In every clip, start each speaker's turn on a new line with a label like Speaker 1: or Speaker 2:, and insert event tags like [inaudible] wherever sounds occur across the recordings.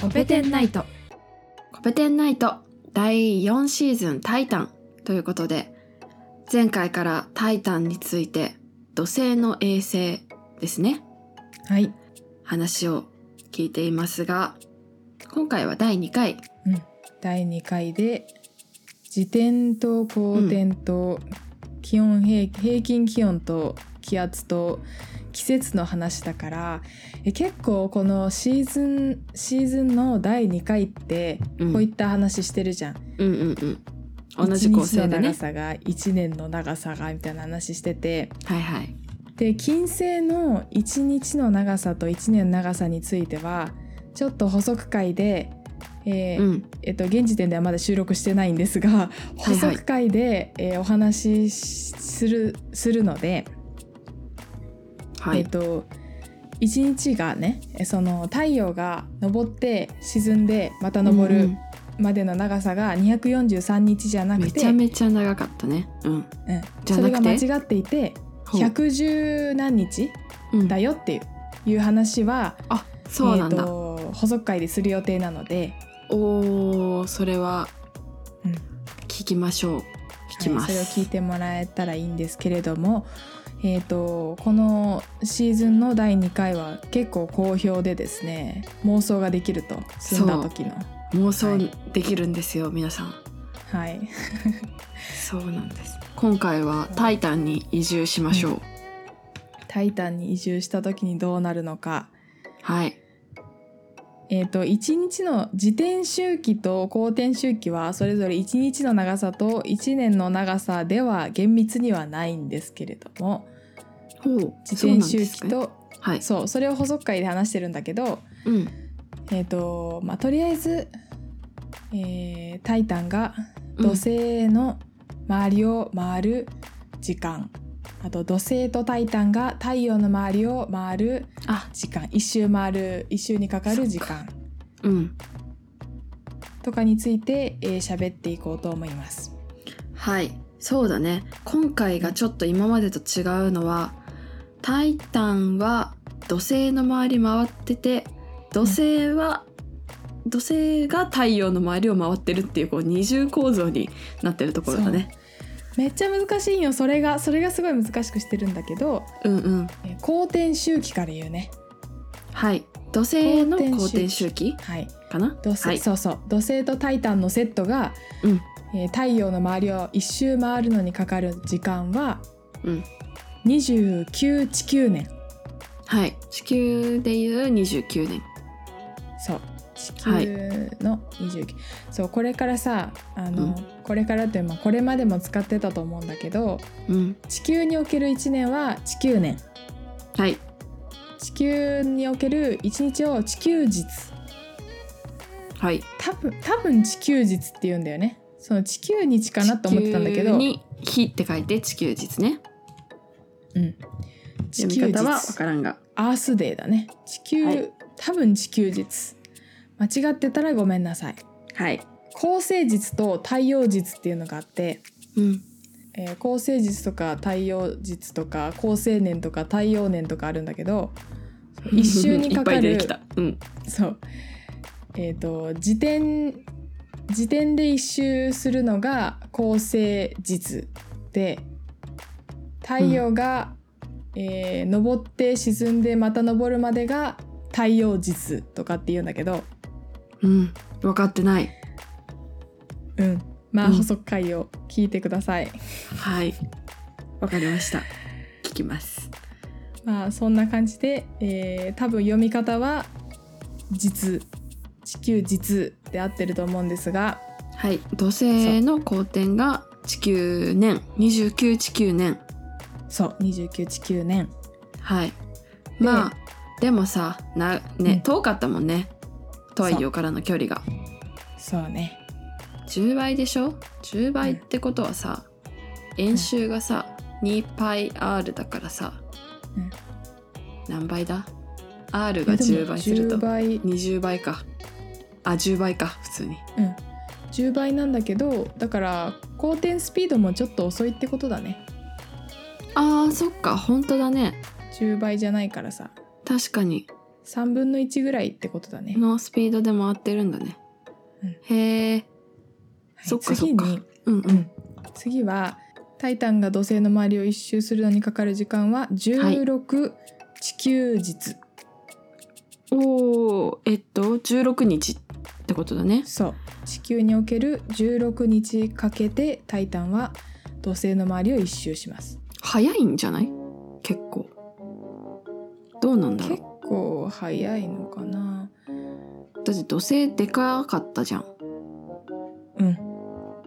Speaker 1: コペテンナイト
Speaker 2: コペテンナイト第4シーズンタイタンということで前回からタイタンについて土星の衛星ですね
Speaker 1: はい
Speaker 2: 話を聞いていますが今回は第2回
Speaker 1: 第2回で自転と公転と気温平,、平均気温と気圧と季節の話だからえ結構このシーズンシーズンの第2回って
Speaker 2: うん
Speaker 1: こういった話してるじゃん、
Speaker 2: うんうんうん同じ構
Speaker 1: 一
Speaker 2: 成
Speaker 1: 日
Speaker 2: で
Speaker 1: の長
Speaker 2: ね
Speaker 1: さが1年の長さがみたいな話してて
Speaker 2: はいはい
Speaker 1: で金星の1日の長さと1年の長さについてはちょっと補足会で、えー
Speaker 2: うん
Speaker 1: えっと、現時点ではまだ収録してないんですが
Speaker 2: い
Speaker 1: 補足会で、えーお話しするするので、
Speaker 2: は
Speaker 1: えっ
Speaker 2: い
Speaker 1: と一日がねえその太陽が昇って沈んでまた昇
Speaker 2: う
Speaker 1: る
Speaker 2: ん
Speaker 1: までの長さが243日じゃな
Speaker 2: うん
Speaker 1: く
Speaker 2: め
Speaker 1: て、
Speaker 2: ちゃめちゃ長かったねうん
Speaker 1: うん
Speaker 2: じゃ
Speaker 1: そ
Speaker 2: な
Speaker 1: れ
Speaker 2: く
Speaker 1: が
Speaker 2: て
Speaker 1: 間違っていて
Speaker 2: ほう
Speaker 1: 110何日
Speaker 2: うん
Speaker 1: だよっていう,、いう話は
Speaker 2: あそうなん
Speaker 1: えっ
Speaker 2: だ
Speaker 1: と補足会でする予定なので
Speaker 2: おーそれは
Speaker 1: うん
Speaker 2: 聞きましょう聞きま
Speaker 1: はい、それを聞い
Speaker 2: す
Speaker 1: てもらえたらいいんですけれども、えー、とこのシーズンの第2回は結構好評でですね妄想ができると住んだ時の。
Speaker 2: 妄想できるんですよ皆さん
Speaker 1: はい、
Speaker 2: そうなんです今回はタイタンに移住しましょう、
Speaker 1: タイタンに移住した時にどうなるのか、
Speaker 2: はい
Speaker 1: えー、と1日の自転周期と公転周期はそれぞれ1日の長さと1年の長さでは厳密にはないんですけれども
Speaker 2: ほう
Speaker 1: 自転周期
Speaker 2: ね、
Speaker 1: と
Speaker 2: はい
Speaker 1: そうそれを補足会で話してるんだけど
Speaker 2: うん
Speaker 1: えっ、とまあとりあえず、えータイタンが土星の周りを回る時間、あと土星とタイタンが太陽の周りを回る
Speaker 2: あ
Speaker 1: 時間一周回る一周にかかる時間
Speaker 2: うん
Speaker 1: とかについてえー喋、っていこうと思います。
Speaker 2: はいそうだね今回がちょっと今までと違うのはタイタンは土星の周り回ってて土星は、土星が太陽の周りを回ってるっていうこう二重構造になってるところだね
Speaker 1: めっちゃ難しいんよそれがそれがすごい難しくしてるんだけど、
Speaker 2: うんうん
Speaker 1: えー公転周期から言うね
Speaker 2: はい土星の
Speaker 1: 公
Speaker 2: 公
Speaker 1: 転
Speaker 2: 転
Speaker 1: 周
Speaker 2: 周期
Speaker 1: はい
Speaker 2: かな
Speaker 1: 土星、
Speaker 2: はい
Speaker 1: そうそう土星とタイタンのセットが、
Speaker 2: うん
Speaker 1: えー太陽の周りを一周回るのにかかる時間は、
Speaker 2: うん
Speaker 1: 29地球年
Speaker 2: はい地球でいう29年
Speaker 1: そう地球の29、そうこれからさあの、これからというのはこれまでも使ってたと思うんだけど
Speaker 2: うん
Speaker 1: 地球における1年は地球年
Speaker 2: はい
Speaker 1: 地球における1日を地球日
Speaker 2: はい
Speaker 1: 多分多分地球日って言うんだよねその地球日かなと思ってたんだけ
Speaker 2: 地球
Speaker 1: ど
Speaker 2: に「日」って書いて地球日ね
Speaker 1: うん、地球
Speaker 2: 読み
Speaker 1: 日
Speaker 2: 方は分からんが
Speaker 1: アースデーだね地球、
Speaker 2: はい
Speaker 1: 多分地球日間違ってたらごめんなさい
Speaker 2: はい
Speaker 1: 恒星日と太陽日っていうのがあって、
Speaker 2: うん
Speaker 1: えー、恒星日とか太陽日とか恒星年とか太陽年とかあるんだけど一周にか
Speaker 2: [laughs]
Speaker 1: か
Speaker 2: いっぱい出
Speaker 1: る
Speaker 2: てきたうん
Speaker 1: そうえっ、と時点時点で一周するのが恒星日で太陽が、えー昇って沈んでまた昇るまでが太陽日とかって言うんだけど
Speaker 2: うん分かってない
Speaker 1: うんまあ
Speaker 2: うん
Speaker 1: 補足回を聞いてください、
Speaker 2: はい分かりました聞きます
Speaker 1: まあそんな感じで、えー多分読み方は実地球実で合ってると思うんですが
Speaker 2: はい土星の公転が地球年29地球年
Speaker 1: そう29地球年
Speaker 2: はいまあでもさなね、
Speaker 1: うん
Speaker 2: 遠かったもんね太陽からの距離が
Speaker 1: そうね
Speaker 2: 10倍でしょ10倍ってことはさ円周がさ 2πr だからさ、
Speaker 1: うん
Speaker 2: 何倍だ ?r
Speaker 1: え
Speaker 2: が
Speaker 1: でも
Speaker 2: 10倍すると
Speaker 1: 10倍
Speaker 2: 20倍かあ10倍か普通に
Speaker 1: うん、10倍なんだけどだから公転スピードもちょっと遅いってことだね
Speaker 2: あーそっか本当だね
Speaker 1: 10倍じゃないからさ
Speaker 2: 確かに
Speaker 1: 3分の1ぐらいってことだね。
Speaker 2: のスピードで回ってるんだね。
Speaker 1: う
Speaker 2: へえ。
Speaker 1: はい
Speaker 2: そっかそっ
Speaker 1: 次
Speaker 2: か
Speaker 1: に、
Speaker 2: うんう。
Speaker 1: うんん、次は「タイタンが土星の周りを一周するのにかかる時間は16地球日」
Speaker 2: おお、えっと16日ってことだね。
Speaker 1: そう地球における16日かけてタイタンは土星の周りを一周します
Speaker 2: 早いんじゃない？結構。どうなんだろう
Speaker 1: 結。構早いのかな
Speaker 2: だって土星でかかったじゃん。
Speaker 1: うん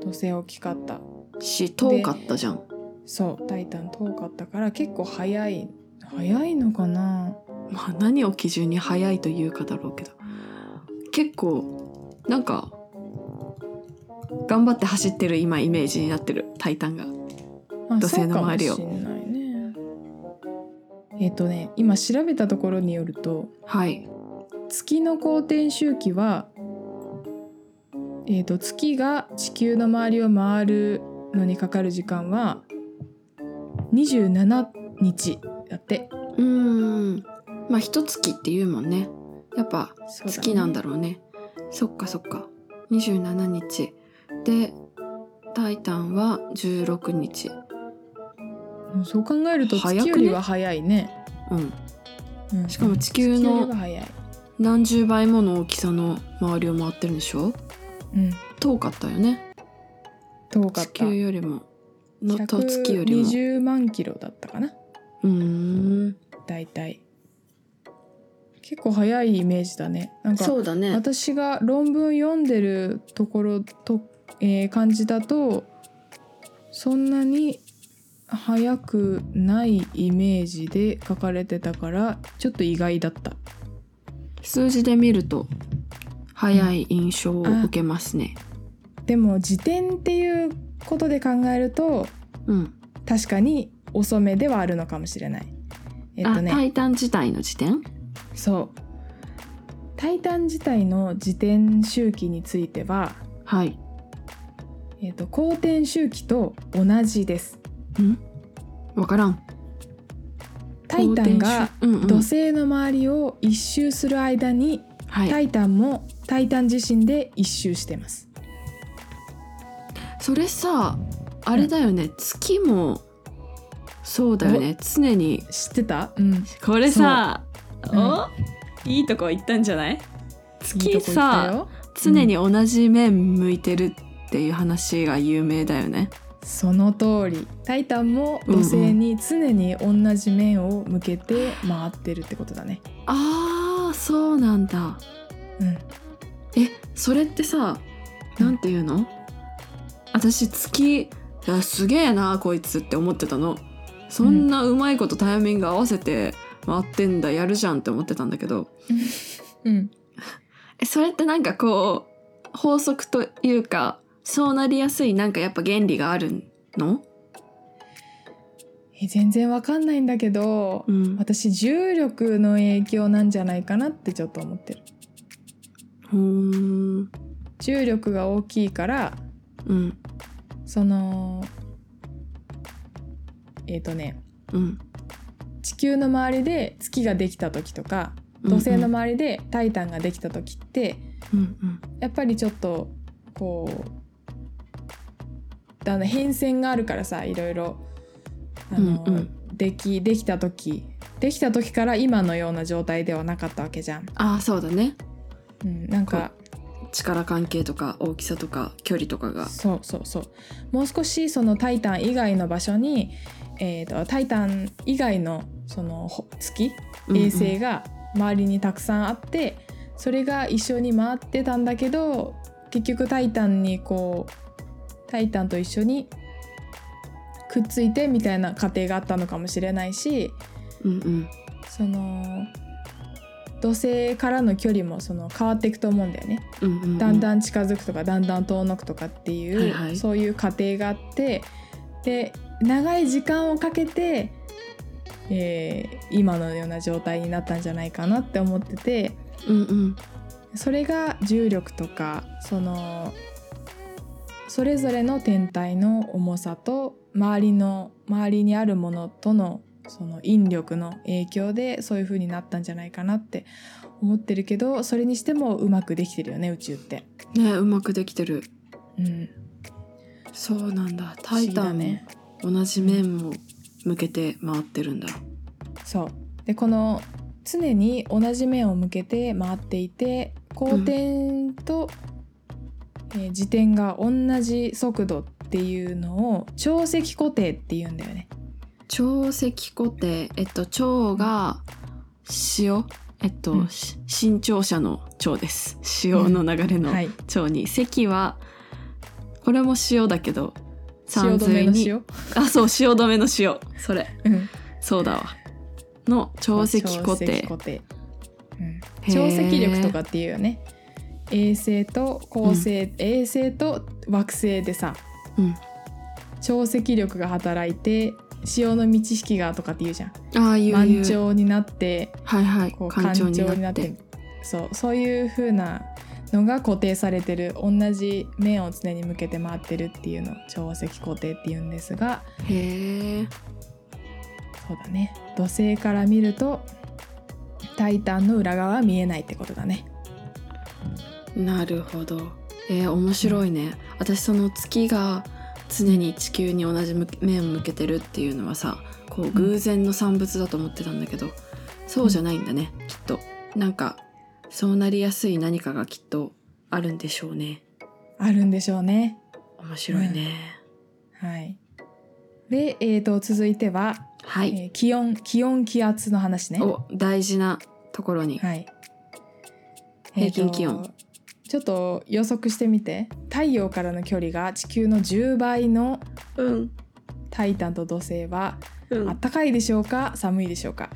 Speaker 1: 土星大きかった
Speaker 2: し遠かったじゃん。
Speaker 1: そうタイタン遠かったから結構早い早いのかな
Speaker 2: まあ何を基準に早いというかだろうけど結構なんか頑張って走ってる今イメージになってる「タイタン」が。
Speaker 1: あ
Speaker 2: 土星の周りを
Speaker 1: そうかもしんないねえっ、とね今調べたところによると
Speaker 2: はい。
Speaker 1: 月の公転周期は、えー、と月が地球の周りを回るのにかかる時間は27日だって
Speaker 2: うーんまあ一月って言うもんね。やっぱ
Speaker 1: そうだね
Speaker 2: 月なんだろうね。そっかそっか。27日で「タイタン」は16日。
Speaker 1: うんそう考えると
Speaker 2: 早くね
Speaker 1: 月よりは早いね
Speaker 2: うん、
Speaker 1: うん
Speaker 2: しかも地球の
Speaker 1: 月よりは早い、
Speaker 2: 何十倍もの大きさの周りを回ってるんでしょ
Speaker 1: うん、
Speaker 2: 遠かったよね
Speaker 1: 遠かっ
Speaker 2: 地
Speaker 1: た
Speaker 2: 球よりものと月よりも
Speaker 1: 120万キロだったかな
Speaker 2: うーん
Speaker 1: だいたい結構早いイメージだねなんか
Speaker 2: そうだね
Speaker 1: 私が論文読んでるところと、えー感じだとそんなに早くないイメージで書かれてたからちょっと意外だった
Speaker 2: 数字で見ると早い印象を受けますね
Speaker 1: でも時点っていうことで考えると
Speaker 2: うん、
Speaker 1: 確かに遅めではあるのかもしれないえっと
Speaker 2: あタ
Speaker 1: ね
Speaker 2: イタン自体の時点
Speaker 1: そう「タイタン」自体の時点周期については、
Speaker 2: はい
Speaker 1: えっと公転周期と同じです
Speaker 2: わからん
Speaker 1: タイタンが
Speaker 2: 公転しうんうん
Speaker 1: 土星の周りを一周する間に、
Speaker 2: は
Speaker 1: タ
Speaker 2: い、
Speaker 1: イタンもタイタン自身で一周してます。
Speaker 2: それさあれだよね、月もそうだよね常に
Speaker 1: 知ってた？うん。
Speaker 2: これさ
Speaker 1: そう
Speaker 2: お、いいとこ行ったんじゃな
Speaker 1: い
Speaker 2: い
Speaker 1: い
Speaker 2: 月
Speaker 1: とこ行った
Speaker 2: さ
Speaker 1: よ
Speaker 2: 常に同じ面向いてるっていう話が有名だよね、
Speaker 1: その通り。タイタンも土星に常に同じ面を向けて回ってるってことだね。
Speaker 2: あーそうなんだ
Speaker 1: うん。
Speaker 2: えそれってさなんていうの、私月あすげえなこいつって思ってたのそんなうまいことタイミング合わせて回ってんだやるじゃんって思ってたんだけど
Speaker 1: うん。
Speaker 2: えそれってなんかこう法則というかそうなりやすいなんかやっぱ原理があるの、
Speaker 1: え全然わかんないんだけど、
Speaker 2: うん、
Speaker 1: 私重力の影響なんじゃないかなってちょっと思ってる。
Speaker 2: ほーん
Speaker 1: 重力が大きいから
Speaker 2: うん
Speaker 1: そのえっ、とね
Speaker 2: うん
Speaker 1: 地球の周りで月ができた時とか土星の
Speaker 2: うん
Speaker 1: 周りでタイタンができた時って、
Speaker 2: うん
Speaker 1: やっぱりちょっとこうあの変遷があるからさいろいろあの、
Speaker 2: うんうん
Speaker 1: できできた時できた時から今のような状態ではなかったわけじゃん。
Speaker 2: ああそうだね
Speaker 1: うん、なんか
Speaker 2: 力関係とか大きさとか距離とかが
Speaker 1: そうそうそうもう少しそのタイタン以外の場所に、えー、とタイタン以外のそのほ月衛星が周りにたくさんあって、それが一緒に回ってたんだけど結局タイタンにこうタイタンと一緒にくっついてみたいな過程があったのかもしれないし
Speaker 2: うんうん
Speaker 1: その土星からの距離もその変わっていくと思うんだよね。
Speaker 2: うんうんうん
Speaker 1: だんだん近づくとかだんだん遠のくとかっていう、
Speaker 2: はいはい
Speaker 1: そういう過程があってで長い時間をかけて、えー今のような状態になったんじゃないかなって思ってて
Speaker 2: うんうん
Speaker 1: それが重力とかそのそれぞれの天体の重さと周りの周りにあるものとのその引力の影響でそういう風になったんじゃないかなって思ってるけどそれにしてもうまくできてるよね宇宙って。
Speaker 2: ねうまくできてる
Speaker 1: うん、
Speaker 2: そうなんだ
Speaker 1: 不
Speaker 2: タ
Speaker 1: 思
Speaker 2: イ
Speaker 1: 議
Speaker 2: タ
Speaker 1: だ
Speaker 2: ンも
Speaker 1: ね。
Speaker 2: 同じ面を向けて回ってるんだ
Speaker 1: そうでこの常に同じ面を向けて回っていて公転と、えー自転が同じ速度っていうのを潮汐固定っていうんだよね。
Speaker 2: 潮汐固定えっと潮が潮えっと、
Speaker 1: うん
Speaker 2: し新潮社の潮です潮の流れの
Speaker 1: はい、
Speaker 2: 潮に石はこれも潮だけど
Speaker 1: 潮止めの
Speaker 2: に
Speaker 1: 潮。
Speaker 2: あそう潮止めの潮それ
Speaker 1: うん
Speaker 2: そうだわの潮汐固定
Speaker 1: 潮汐固定うん
Speaker 2: へー
Speaker 1: 潮汐力とかっていうよね衛星と恒星、衛星と惑星でさ、
Speaker 2: うん
Speaker 1: 潮汐力が働いて潮の満ち引きがとかって言うじゃん
Speaker 2: ああいう
Speaker 1: 満
Speaker 2: いう
Speaker 1: 潮になって
Speaker 2: はいはい
Speaker 1: こう
Speaker 2: 干
Speaker 1: 干
Speaker 2: 潮
Speaker 1: 潮
Speaker 2: に
Speaker 1: にな
Speaker 2: なっ
Speaker 1: っててそうそういう風なのが固定されてる同じ面を常に向けて回ってるっていうのを潮汐固定っていうんですが
Speaker 2: へえ
Speaker 1: そうだね土星から見るとタイタンの裏側は見えないってことだね
Speaker 2: なるほどえー、面白いね私その月が常に地球に同じ向け面を向けてるっていうのはさこう偶然の産物だと思ってたんだけど、そうじゃないんだねきっとなんかそうなりやすい何かがきっとあるんでしょうね
Speaker 1: あるんでしょうね
Speaker 2: 面白いね、
Speaker 1: はいで、えー、と続いては、
Speaker 2: は
Speaker 1: え
Speaker 2: い、
Speaker 1: ー気温気温気圧の話ね
Speaker 2: お大事なところに、
Speaker 1: はい
Speaker 2: 平均気温
Speaker 1: えーとちょっと予測してみて太陽からの距離が地球の10倍の
Speaker 2: うん
Speaker 1: タイタンと土星は
Speaker 2: う
Speaker 1: あったかいでしょうか寒いでしょうか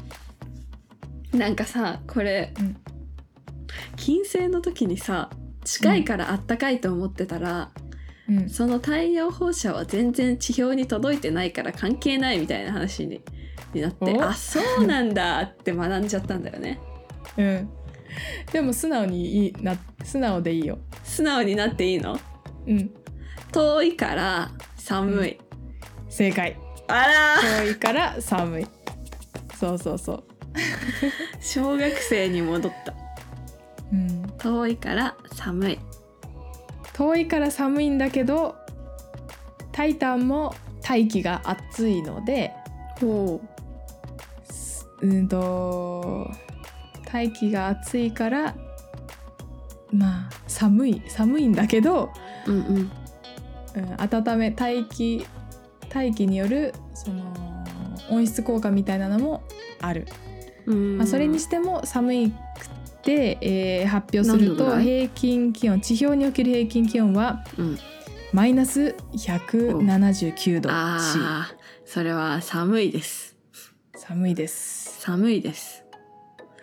Speaker 2: なんかさこれ、
Speaker 1: うん
Speaker 2: 金星の時にさ近いからあったかいと思ってたら、
Speaker 1: うん
Speaker 2: その太陽放射は全然地表に届いてないから関係ないみたいな話にになって
Speaker 1: お
Speaker 2: あそうなんだって学んじゃったんだよね。
Speaker 1: うんでも素直にいいな素直でいいよ
Speaker 2: 素直になっていいの
Speaker 1: うん
Speaker 2: 遠いから寒い。
Speaker 1: 正解
Speaker 2: あらー
Speaker 1: 遠いから寒いそうそうそう
Speaker 2: 小学生に戻った。
Speaker 1: うん
Speaker 2: 遠いから寒い。
Speaker 1: 遠いから寒いんだけどタイタンも大気が暑いので
Speaker 2: ほ
Speaker 1: すうんと大気が暑いからまあ寒い寒いんだけど、
Speaker 2: う。うんうん。
Speaker 1: うん、温め大気大気によるその温室効果みたいなのもある、
Speaker 2: うん
Speaker 1: まあ、それにしても寒いくて、えー発表する
Speaker 2: 何度ぐ
Speaker 1: と
Speaker 2: らい
Speaker 1: 平均気温地表における平均気温は
Speaker 2: うん、
Speaker 1: マイナス179度 C
Speaker 2: ああそれは寒いです。
Speaker 1: 寒いです。
Speaker 2: 寒いです。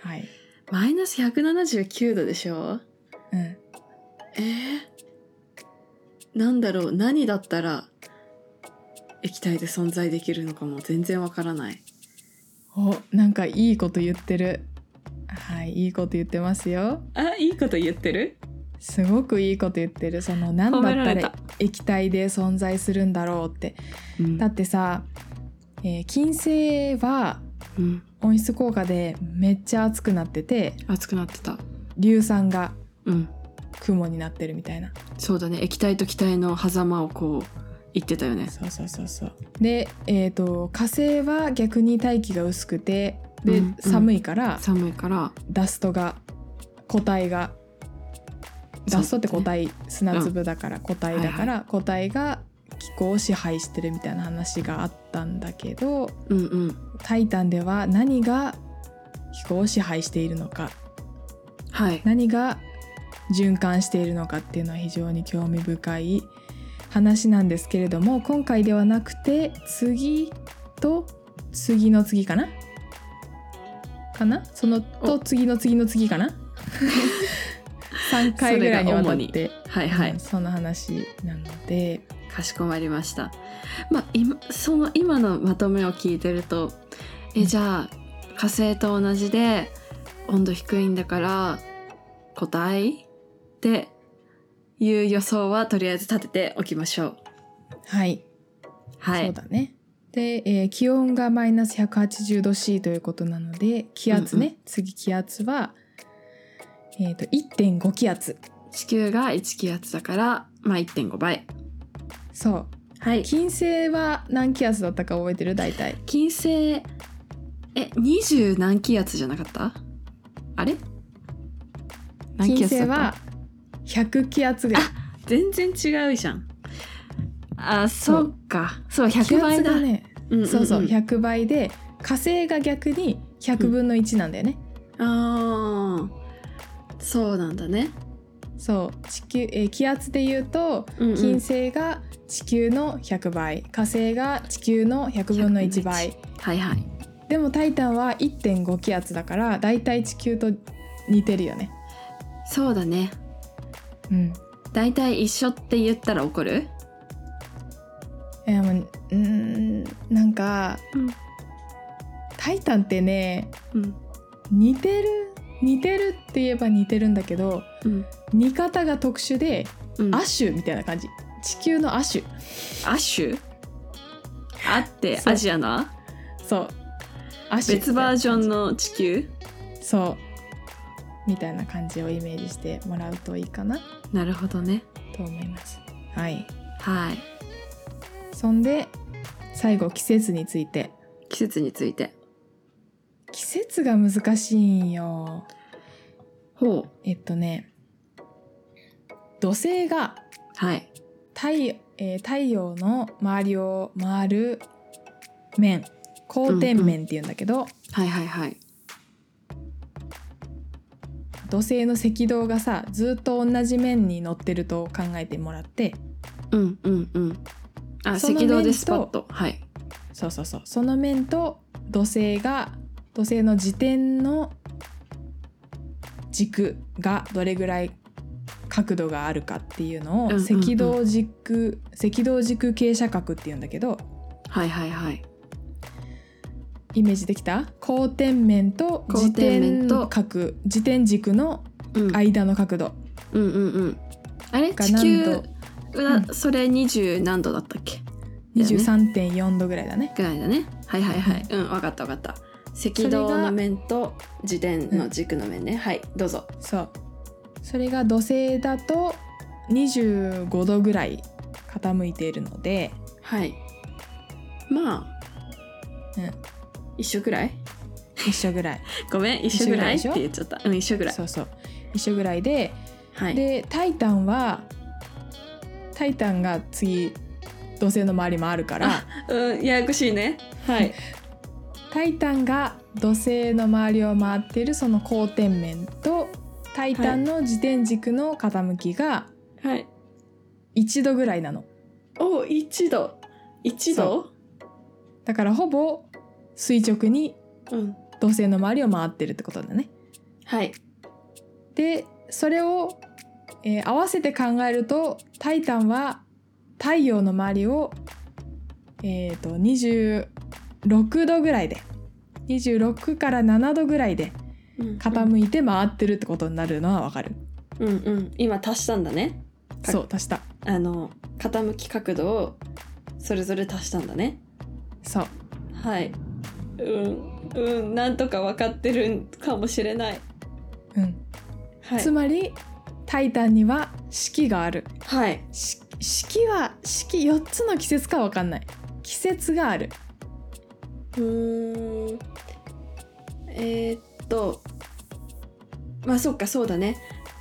Speaker 1: はい。
Speaker 2: マイナス179度でしょ
Speaker 1: うん。
Speaker 2: えー、なんだろう何だったら液体で存在できるのかも全然わからない
Speaker 1: お、なんかいいこと言ってる。はい、いいこと言ってますよ。
Speaker 2: あいいこと言ってる
Speaker 1: すごくいいこと言ってる。その何だ
Speaker 2: 褒
Speaker 1: っ
Speaker 2: めら
Speaker 1: た
Speaker 2: れた
Speaker 1: ら液体で存在するんだろうって。
Speaker 2: うん
Speaker 1: だってさ、えー金星は
Speaker 2: うん、
Speaker 1: 温室効果でめっちゃ熱くなってて、
Speaker 2: 熱くなってた
Speaker 1: 硫酸が
Speaker 2: うん
Speaker 1: 雲になってるみたいな。
Speaker 2: そうだね液体と気体の狭間をこう言ってたよね
Speaker 1: そうそうそうそう。で、えっ、と火星は逆に大気が薄くて。で、
Speaker 2: うんうん
Speaker 1: 寒いから
Speaker 2: 寒いから
Speaker 1: ダストが個体がダストって個体、砂粒だから個体だから、個体が気候を支配してるみたいな話があったんだけど
Speaker 2: そうねうんうん
Speaker 1: 「タイタン」では何が気候を支配しているのか
Speaker 2: はい
Speaker 1: 何が循環しているのかっていうのは非常に興味深い話なんですけれども今回ではなくて次と次の次かなかなそのと次の次の次かな3回ぐらいにわたっ
Speaker 2: それ
Speaker 1: て
Speaker 2: はいはい、
Speaker 1: うんそんな話なので
Speaker 2: かしこまりました。まあ、今その今のまとめを聞いてるとえじゃあ火星と同じで温度低いんだから個体っていう予想はとりあえず立てておきましょう。
Speaker 1: はい、
Speaker 2: は
Speaker 1: そう
Speaker 2: い。
Speaker 1: だねで、えー気温がマイナス180度 C ということなので気圧ね、次気圧は、えー、と1.5気圧
Speaker 2: 地球が1気圧だから、まあ、1.5倍。
Speaker 1: そう
Speaker 2: はい。
Speaker 1: 金星は何気圧だったか覚えてる大体
Speaker 2: 金星、え、20何気圧じゃなかったあれ何
Speaker 1: 金
Speaker 2: 気圧
Speaker 1: 星
Speaker 2: だった
Speaker 1: は100気圧ぐらい
Speaker 2: 全然違うじゃん。あ、
Speaker 1: そ
Speaker 2: そううか。そう、
Speaker 1: 気
Speaker 2: 100
Speaker 1: 圧
Speaker 2: 倍だ。
Speaker 1: がね
Speaker 2: んんん
Speaker 1: そうそう100倍で火星が逆に100分の1なんだよね、
Speaker 2: ああ、そうなんだね。
Speaker 1: そう地球、えー気圧で言うと
Speaker 2: うんうん
Speaker 1: 金星が地球の100倍火星が地球の100分の1倍
Speaker 2: はいはい。
Speaker 1: でもタイタンは1.5気圧だからだいたい地球と似てるよね
Speaker 2: そうだね。
Speaker 1: うん
Speaker 2: だいたい一緒って言ったら怒る
Speaker 1: いやもううーんなんか、
Speaker 2: うん
Speaker 1: タイタンってね
Speaker 2: うん。
Speaker 1: 似てる似てるって言えば似てるんだけど
Speaker 2: うん。
Speaker 1: 似方が特殊で
Speaker 2: うん、
Speaker 1: 亜種みたいな感じ地球の亜種
Speaker 2: アッシュあって
Speaker 1: そう
Speaker 2: アジアな
Speaker 1: そう亜種
Speaker 2: 別バージョンの地球
Speaker 1: そうみたいな感じをイメージしてもらうといいかな
Speaker 2: なるほどね。
Speaker 1: と思いますはい
Speaker 2: はい。
Speaker 1: そんで最後季節について
Speaker 2: 季節について。
Speaker 1: 季節が難しいんよ
Speaker 2: ほう。
Speaker 1: えっとね土星が
Speaker 2: はい。
Speaker 1: 太,、えー太陽の周りを回る面光点面っていうんだけど、
Speaker 2: はいはいはい。
Speaker 1: 土星の赤道がさずっと同じ面に乗ってると考えてもらって
Speaker 2: うんうんうん。あ、
Speaker 1: その
Speaker 2: 赤道
Speaker 1: 面と
Speaker 2: でスパッと。はい。
Speaker 1: そうそうそうその面と土星が土星の自転の軸がどれぐらい角度があるかっていうのを
Speaker 2: うんうんうん
Speaker 1: 赤道軸、赤道軸傾斜角っていうんだけど
Speaker 2: はいはいはい。
Speaker 1: イメージできた交点面と自
Speaker 2: 交点
Speaker 1: 転
Speaker 2: 面と
Speaker 1: 角自転軸の
Speaker 2: うん、
Speaker 1: 間の角度
Speaker 2: うんうんうん。あれ
Speaker 1: が
Speaker 2: 地
Speaker 1: 何
Speaker 2: 球
Speaker 1: 度
Speaker 2: は、
Speaker 1: うん
Speaker 2: それ二十何度だったっけ
Speaker 1: 23.4度ぐらいだね。
Speaker 2: ぐらいだね。はいはいはい。うん、わかったわかった。赤道の面と自転の軸の面ね。はい、どうぞ。
Speaker 1: そうそれが土星だと25度ぐらい傾いているの
Speaker 2: [laughs]
Speaker 1: で。
Speaker 2: はい。まあ、
Speaker 1: うん
Speaker 2: 一緒ぐらい
Speaker 1: 一緒ぐらい
Speaker 2: ごめん、一緒ぐらいっ
Speaker 1: 一緒ぐ
Speaker 2: て
Speaker 1: ら
Speaker 2: 言っちゃった。うん、一緒ぐらい。
Speaker 1: そうそう一緒ぐらいで、
Speaker 2: はい。
Speaker 1: でタイタンはタイタンが次土星の周り回るから
Speaker 2: うん、ややこしいね。はい。
Speaker 1: タイタンが土星の周りを回ってるその交点面とタイタンの自転軸の傾きが
Speaker 2: はい。
Speaker 1: 1度ぐらいなの
Speaker 2: お、一度。一度
Speaker 1: だからほぼ垂直に
Speaker 2: うん。
Speaker 1: 土星の周りを回ってるってことだね
Speaker 2: はい。
Speaker 1: でそれを、えー合わせて考えるとタイタンは太陽の周りを、えー、と26度ぐらいで26から7度ぐらいで
Speaker 2: うん
Speaker 1: 傾いて回ってるってことになるのはわかる、
Speaker 2: うんうん。今足したんだね。か
Speaker 1: そう足した
Speaker 2: あの傾き角度をそれぞれ足したんだね
Speaker 1: そう
Speaker 2: はいうんうんなんとか分かってるんかもしれない
Speaker 1: うん、
Speaker 2: は
Speaker 1: つ
Speaker 2: い、
Speaker 1: まりタイタンには四季がある
Speaker 2: はい、
Speaker 1: し四季は四季4つの季節かわかんない季節がある
Speaker 2: うーんえーっとまあそっかそうだね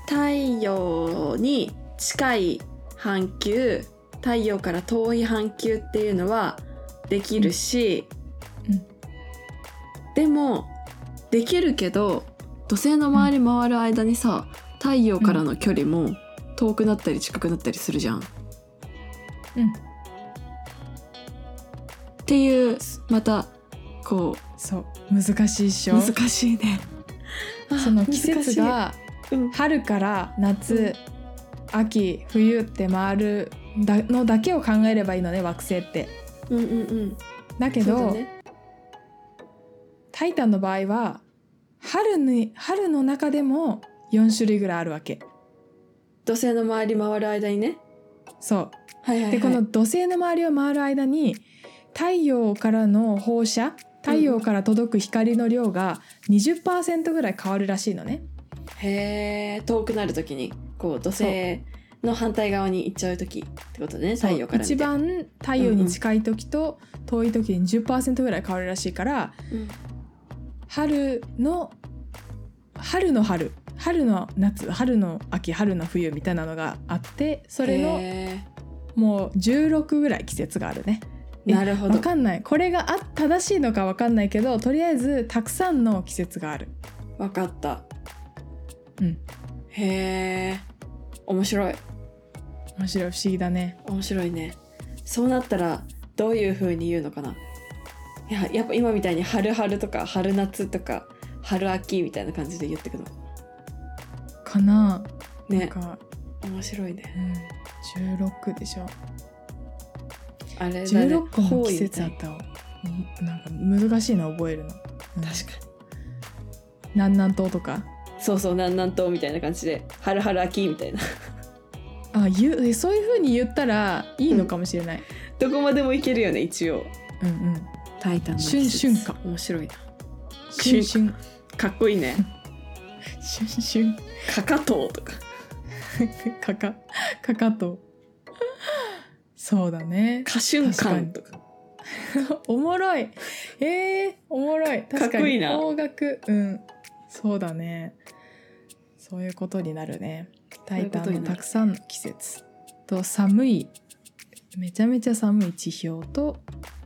Speaker 2: 太陽に近い半球太陽から遠い半球っていうのはできるし、
Speaker 1: うん
Speaker 2: でもできるけど土星の周り回る間にさ太陽からの距離も遠くなったり近くなったりするじゃん。
Speaker 1: うん
Speaker 2: っていうまたこ
Speaker 1: そう難しいっし
Speaker 2: う
Speaker 1: ょ
Speaker 2: 難しいね。
Speaker 1: その季節が
Speaker 2: うん
Speaker 1: 春から夏、秋冬って回るだのだけを考えればいいのね惑星って。
Speaker 2: うんうんうん。
Speaker 1: だけ
Speaker 2: そう
Speaker 1: ど
Speaker 2: だね
Speaker 1: タイタンの場合は春に春の中でも4種類ぐらいあるわけ。
Speaker 2: 土星の周り回る間にね。
Speaker 1: そ
Speaker 2: はいは
Speaker 1: う
Speaker 2: い、
Speaker 1: でこの土星の周りを回る間に太陽からの放射太陽から届く光の量が20%ぐらい変わるらしいのね。
Speaker 2: へえ遠くなるときにこう土星の反対側に行っちゃうときってことね太陽から見て
Speaker 1: 一番太陽に近い時と遠い時に10%ぐらい変わるらしいから、
Speaker 2: うん
Speaker 1: 春の春の春春の夏春の秋春の冬みたいなのがあってそれの
Speaker 2: へ
Speaker 1: もう16ぐらい季節があるね。
Speaker 2: ーなるほ
Speaker 1: わ
Speaker 2: ど
Speaker 1: かんないこれがあ正しいのかわかんないけどとりあえずたくさんの季節がある。
Speaker 2: わかった
Speaker 1: うん
Speaker 2: へえ面白い
Speaker 1: 面白い不思議だね。
Speaker 2: 面白いねそうなったらどういう風に言うのかないややっぱ今みたいに春春とか春夏とか春秋みたいな感じで言ってくの
Speaker 1: かな、なん
Speaker 2: ね
Speaker 1: か、
Speaker 2: 面白いね
Speaker 1: うん、16でしょ
Speaker 2: あれだね
Speaker 1: 16個の季節あっ
Speaker 2: 方位み
Speaker 1: たわうんなんか難しいな覚えるの、うん
Speaker 2: たい確か
Speaker 1: 南南東とか
Speaker 2: にそうそう南南東みたいな感じで春春秋みたいな [laughs]
Speaker 1: あゆえそういう風に言ったらいいのかもしれない、
Speaker 2: どこまでもいけるよね一応
Speaker 1: うん、うん
Speaker 2: タイタンの
Speaker 1: 季節
Speaker 2: 春春か面白いな
Speaker 1: しゅんしゅん
Speaker 2: かっこいいね [laughs]
Speaker 1: しゅんしゅん
Speaker 2: かかとうとか
Speaker 1: [laughs] かかかかと [laughs] そうだね
Speaker 2: かしゅんかんとか
Speaker 1: おもろいえー、おもろい確
Speaker 2: か
Speaker 1: か
Speaker 2: っこいい
Speaker 1: に
Speaker 2: な
Speaker 1: 方角うんそうだねそういうことになるね「タイタ
Speaker 2: そう
Speaker 1: ン
Speaker 2: いうことに
Speaker 1: の
Speaker 2: なる
Speaker 1: たくさんの季節」と寒いめちゃめちゃ寒い地表と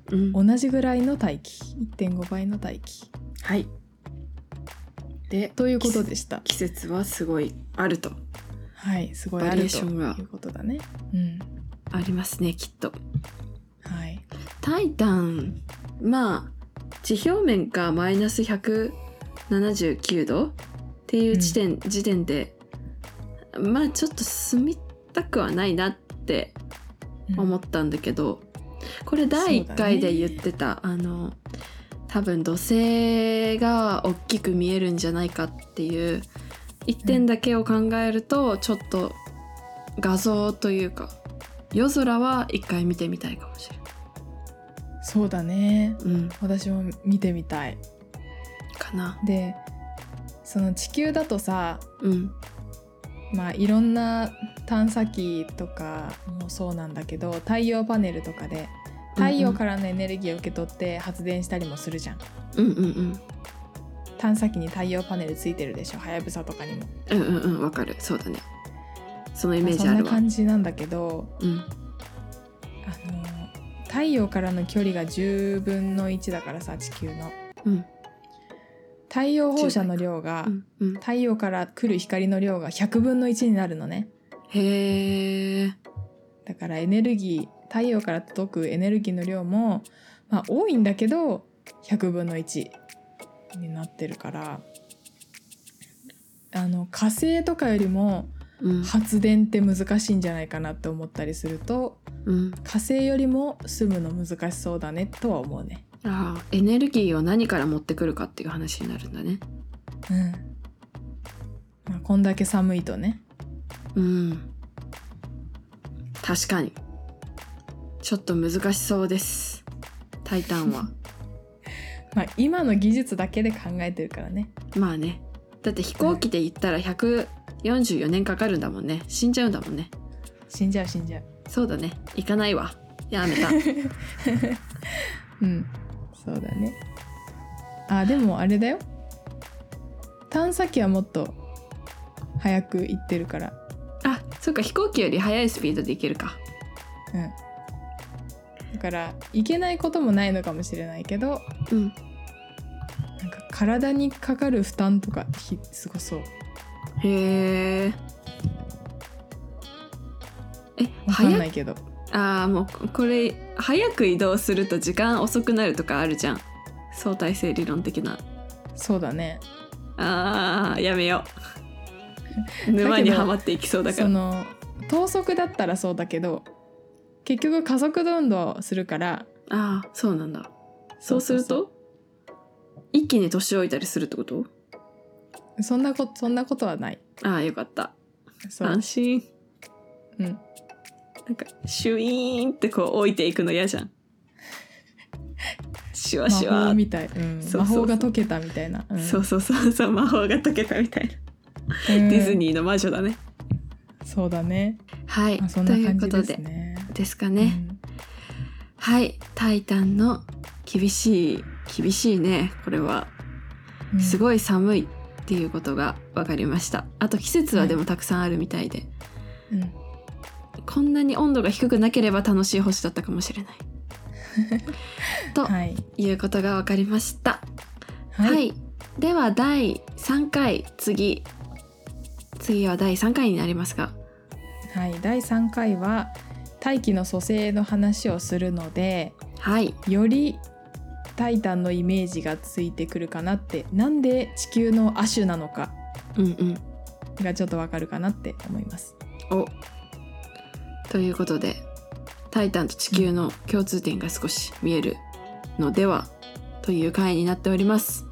Speaker 2: うん
Speaker 1: 同じぐらいの大気1.5倍の大気
Speaker 2: はいで
Speaker 1: ということでした
Speaker 2: 季節はすごいあると
Speaker 1: はいすごい
Speaker 2: バ
Speaker 1: あ
Speaker 2: リエ
Speaker 1: る
Speaker 2: ー
Speaker 1: と
Speaker 2: ションが
Speaker 1: いうことだねうん
Speaker 2: ありますねきっと
Speaker 1: はい
Speaker 2: タイタンまあ地表面がマイナス179度っていう地点、時点でまあちょっと住みたくはないなって
Speaker 1: うん
Speaker 2: 思ったんだけど、これ第1回で言ってた、あの多分土星が大きく見えるんじゃないかっていう一点だけを考えると、ちょっと画像というか夜空は一回見てみたいかもしれない。
Speaker 1: そうだね
Speaker 2: うん、
Speaker 1: 私も見てみたい
Speaker 2: かな。
Speaker 1: でその地球だとさ
Speaker 2: うん、
Speaker 1: まあ、いろんな探査機とかもそうなんだけど太陽パネルとかで太陽からのエネルギーを受け取って発電したりもするじゃん、
Speaker 2: うんうんうん
Speaker 1: 探査機に太陽パネルついてるでしょはやぶさとかにも
Speaker 2: うんうんうんわかるそうだねそのイメージある
Speaker 1: まあそんな
Speaker 2: わ、
Speaker 1: 感じなんだけど
Speaker 2: うん
Speaker 1: あの太陽からの距離が10分の1だからさ地球の
Speaker 2: うん
Speaker 1: 太陽放射の量が、
Speaker 2: うんうん
Speaker 1: 太陽から来る光の量が100分の1になるのね
Speaker 2: へえ
Speaker 1: だからエネルギー太陽から届くエネルギーの量も、まあ、多いんだけど100分の1になってるからあの火星とかよりも
Speaker 2: うん
Speaker 1: 発電って難しいんじゃないかなって思ったりすると
Speaker 2: うん
Speaker 1: 火星よりも住むの難しそうだねとは思うね。
Speaker 2: ああエネルギーを何から持ってくるかっていう話になるんだね
Speaker 1: うんまあ、こんだけ寒いとね
Speaker 2: うん確かにちょっと難しそうですタイタ
Speaker 1: [laughs]
Speaker 2: ンは
Speaker 1: まあ、今の技術だけで考えてるからね
Speaker 2: まあねだって飛行機で行ったら144年かかるんだもんね死んじゃうんだもんね
Speaker 1: 死んじゃう死んじゃう
Speaker 2: そうだね行かないわやめた
Speaker 1: うん、そうだね。あ、でもあれだよ。探査機はもっと早く行ってるから。
Speaker 2: あそっか飛行機より速いスピードで行けるか
Speaker 1: うん。だから行けないこともないのかもしれないけど、
Speaker 2: うん
Speaker 1: なんか体にかかる負担とかひすごそう。
Speaker 2: へええ
Speaker 1: わかん
Speaker 2: 早
Speaker 1: ないいけど。
Speaker 2: あーもうこれ早く移動すると時間遅くなるとかあるじゃん相対性理論的な
Speaker 1: そうだね。
Speaker 2: あーやめよ [laughs] う沼にはまっていきそうだか
Speaker 1: そ
Speaker 2: ら
Speaker 1: の等速だったらそうだけど、結局加速度運動をするから。
Speaker 2: ああそうなんだそうする
Speaker 1: そう
Speaker 2: と一気に年老いたりするってこと
Speaker 1: そうそんなことそんなことはない。
Speaker 2: ああよかった
Speaker 1: そう
Speaker 2: 安。心
Speaker 1: うん。
Speaker 2: [laughs] なんかシュイーンってこう置いていくの嫌じゃんシュワ
Speaker 1: 魔
Speaker 2: シュワ
Speaker 1: 法みたい、うん
Speaker 2: そうそうそ
Speaker 1: 魔
Speaker 2: う
Speaker 1: 法が解けたみたいな、うん
Speaker 2: そうそうそうそう魔法が解けたみたいな、
Speaker 1: うん
Speaker 2: ディズニーの魔女だね
Speaker 1: そうだね、
Speaker 2: はい、
Speaker 1: まあ、そん
Speaker 2: と
Speaker 1: ない感
Speaker 2: うこ
Speaker 1: じ
Speaker 2: と
Speaker 1: です
Speaker 2: で
Speaker 1: ね
Speaker 2: ですかね、はい「タイタン」の厳しい厳しいねこれは
Speaker 1: うん
Speaker 2: す
Speaker 1: い、
Speaker 2: ごい寒いっていうことが分かりましたあと季節はでもたくさんあるみたいで、
Speaker 1: うん
Speaker 2: こんなに温度が低くなければ楽しい星だったかもしれないと
Speaker 1: はい
Speaker 2: いうことが分かりました
Speaker 1: は、
Speaker 2: はいい、では第3回次次は第3回になりますが
Speaker 1: はい第3回は大気の蘇生の話をするので
Speaker 2: はい
Speaker 1: よりタイタンのイメージがついてくるかなってなんで地球の亜種なのか
Speaker 2: うんうん
Speaker 1: がちょっとわかるかなって思います
Speaker 2: おということで「タイタン」と地球の共通点が少し見えるのではという回になっております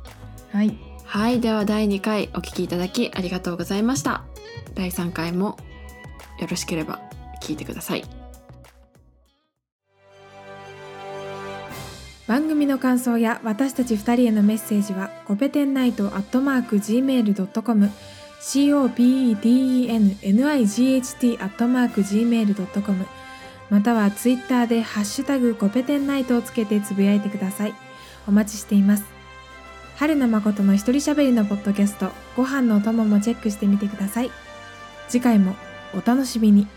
Speaker 1: はい
Speaker 2: はいでは第2回お聞きいただきありがとうございました第3回もよろしければ聞いてください
Speaker 3: 番組の感想や私たち2人へのメッセージはコペテンナイトアットマーク Gmail.com copetennigt アットマーク Gmail.com またはツイッターでハッシュタグコペテンナイトをつけてつぶやいてくださいお待ちしています春の誠の一人喋りのポッドキャストご飯のお供もチェックしてみてください次回もお楽しみに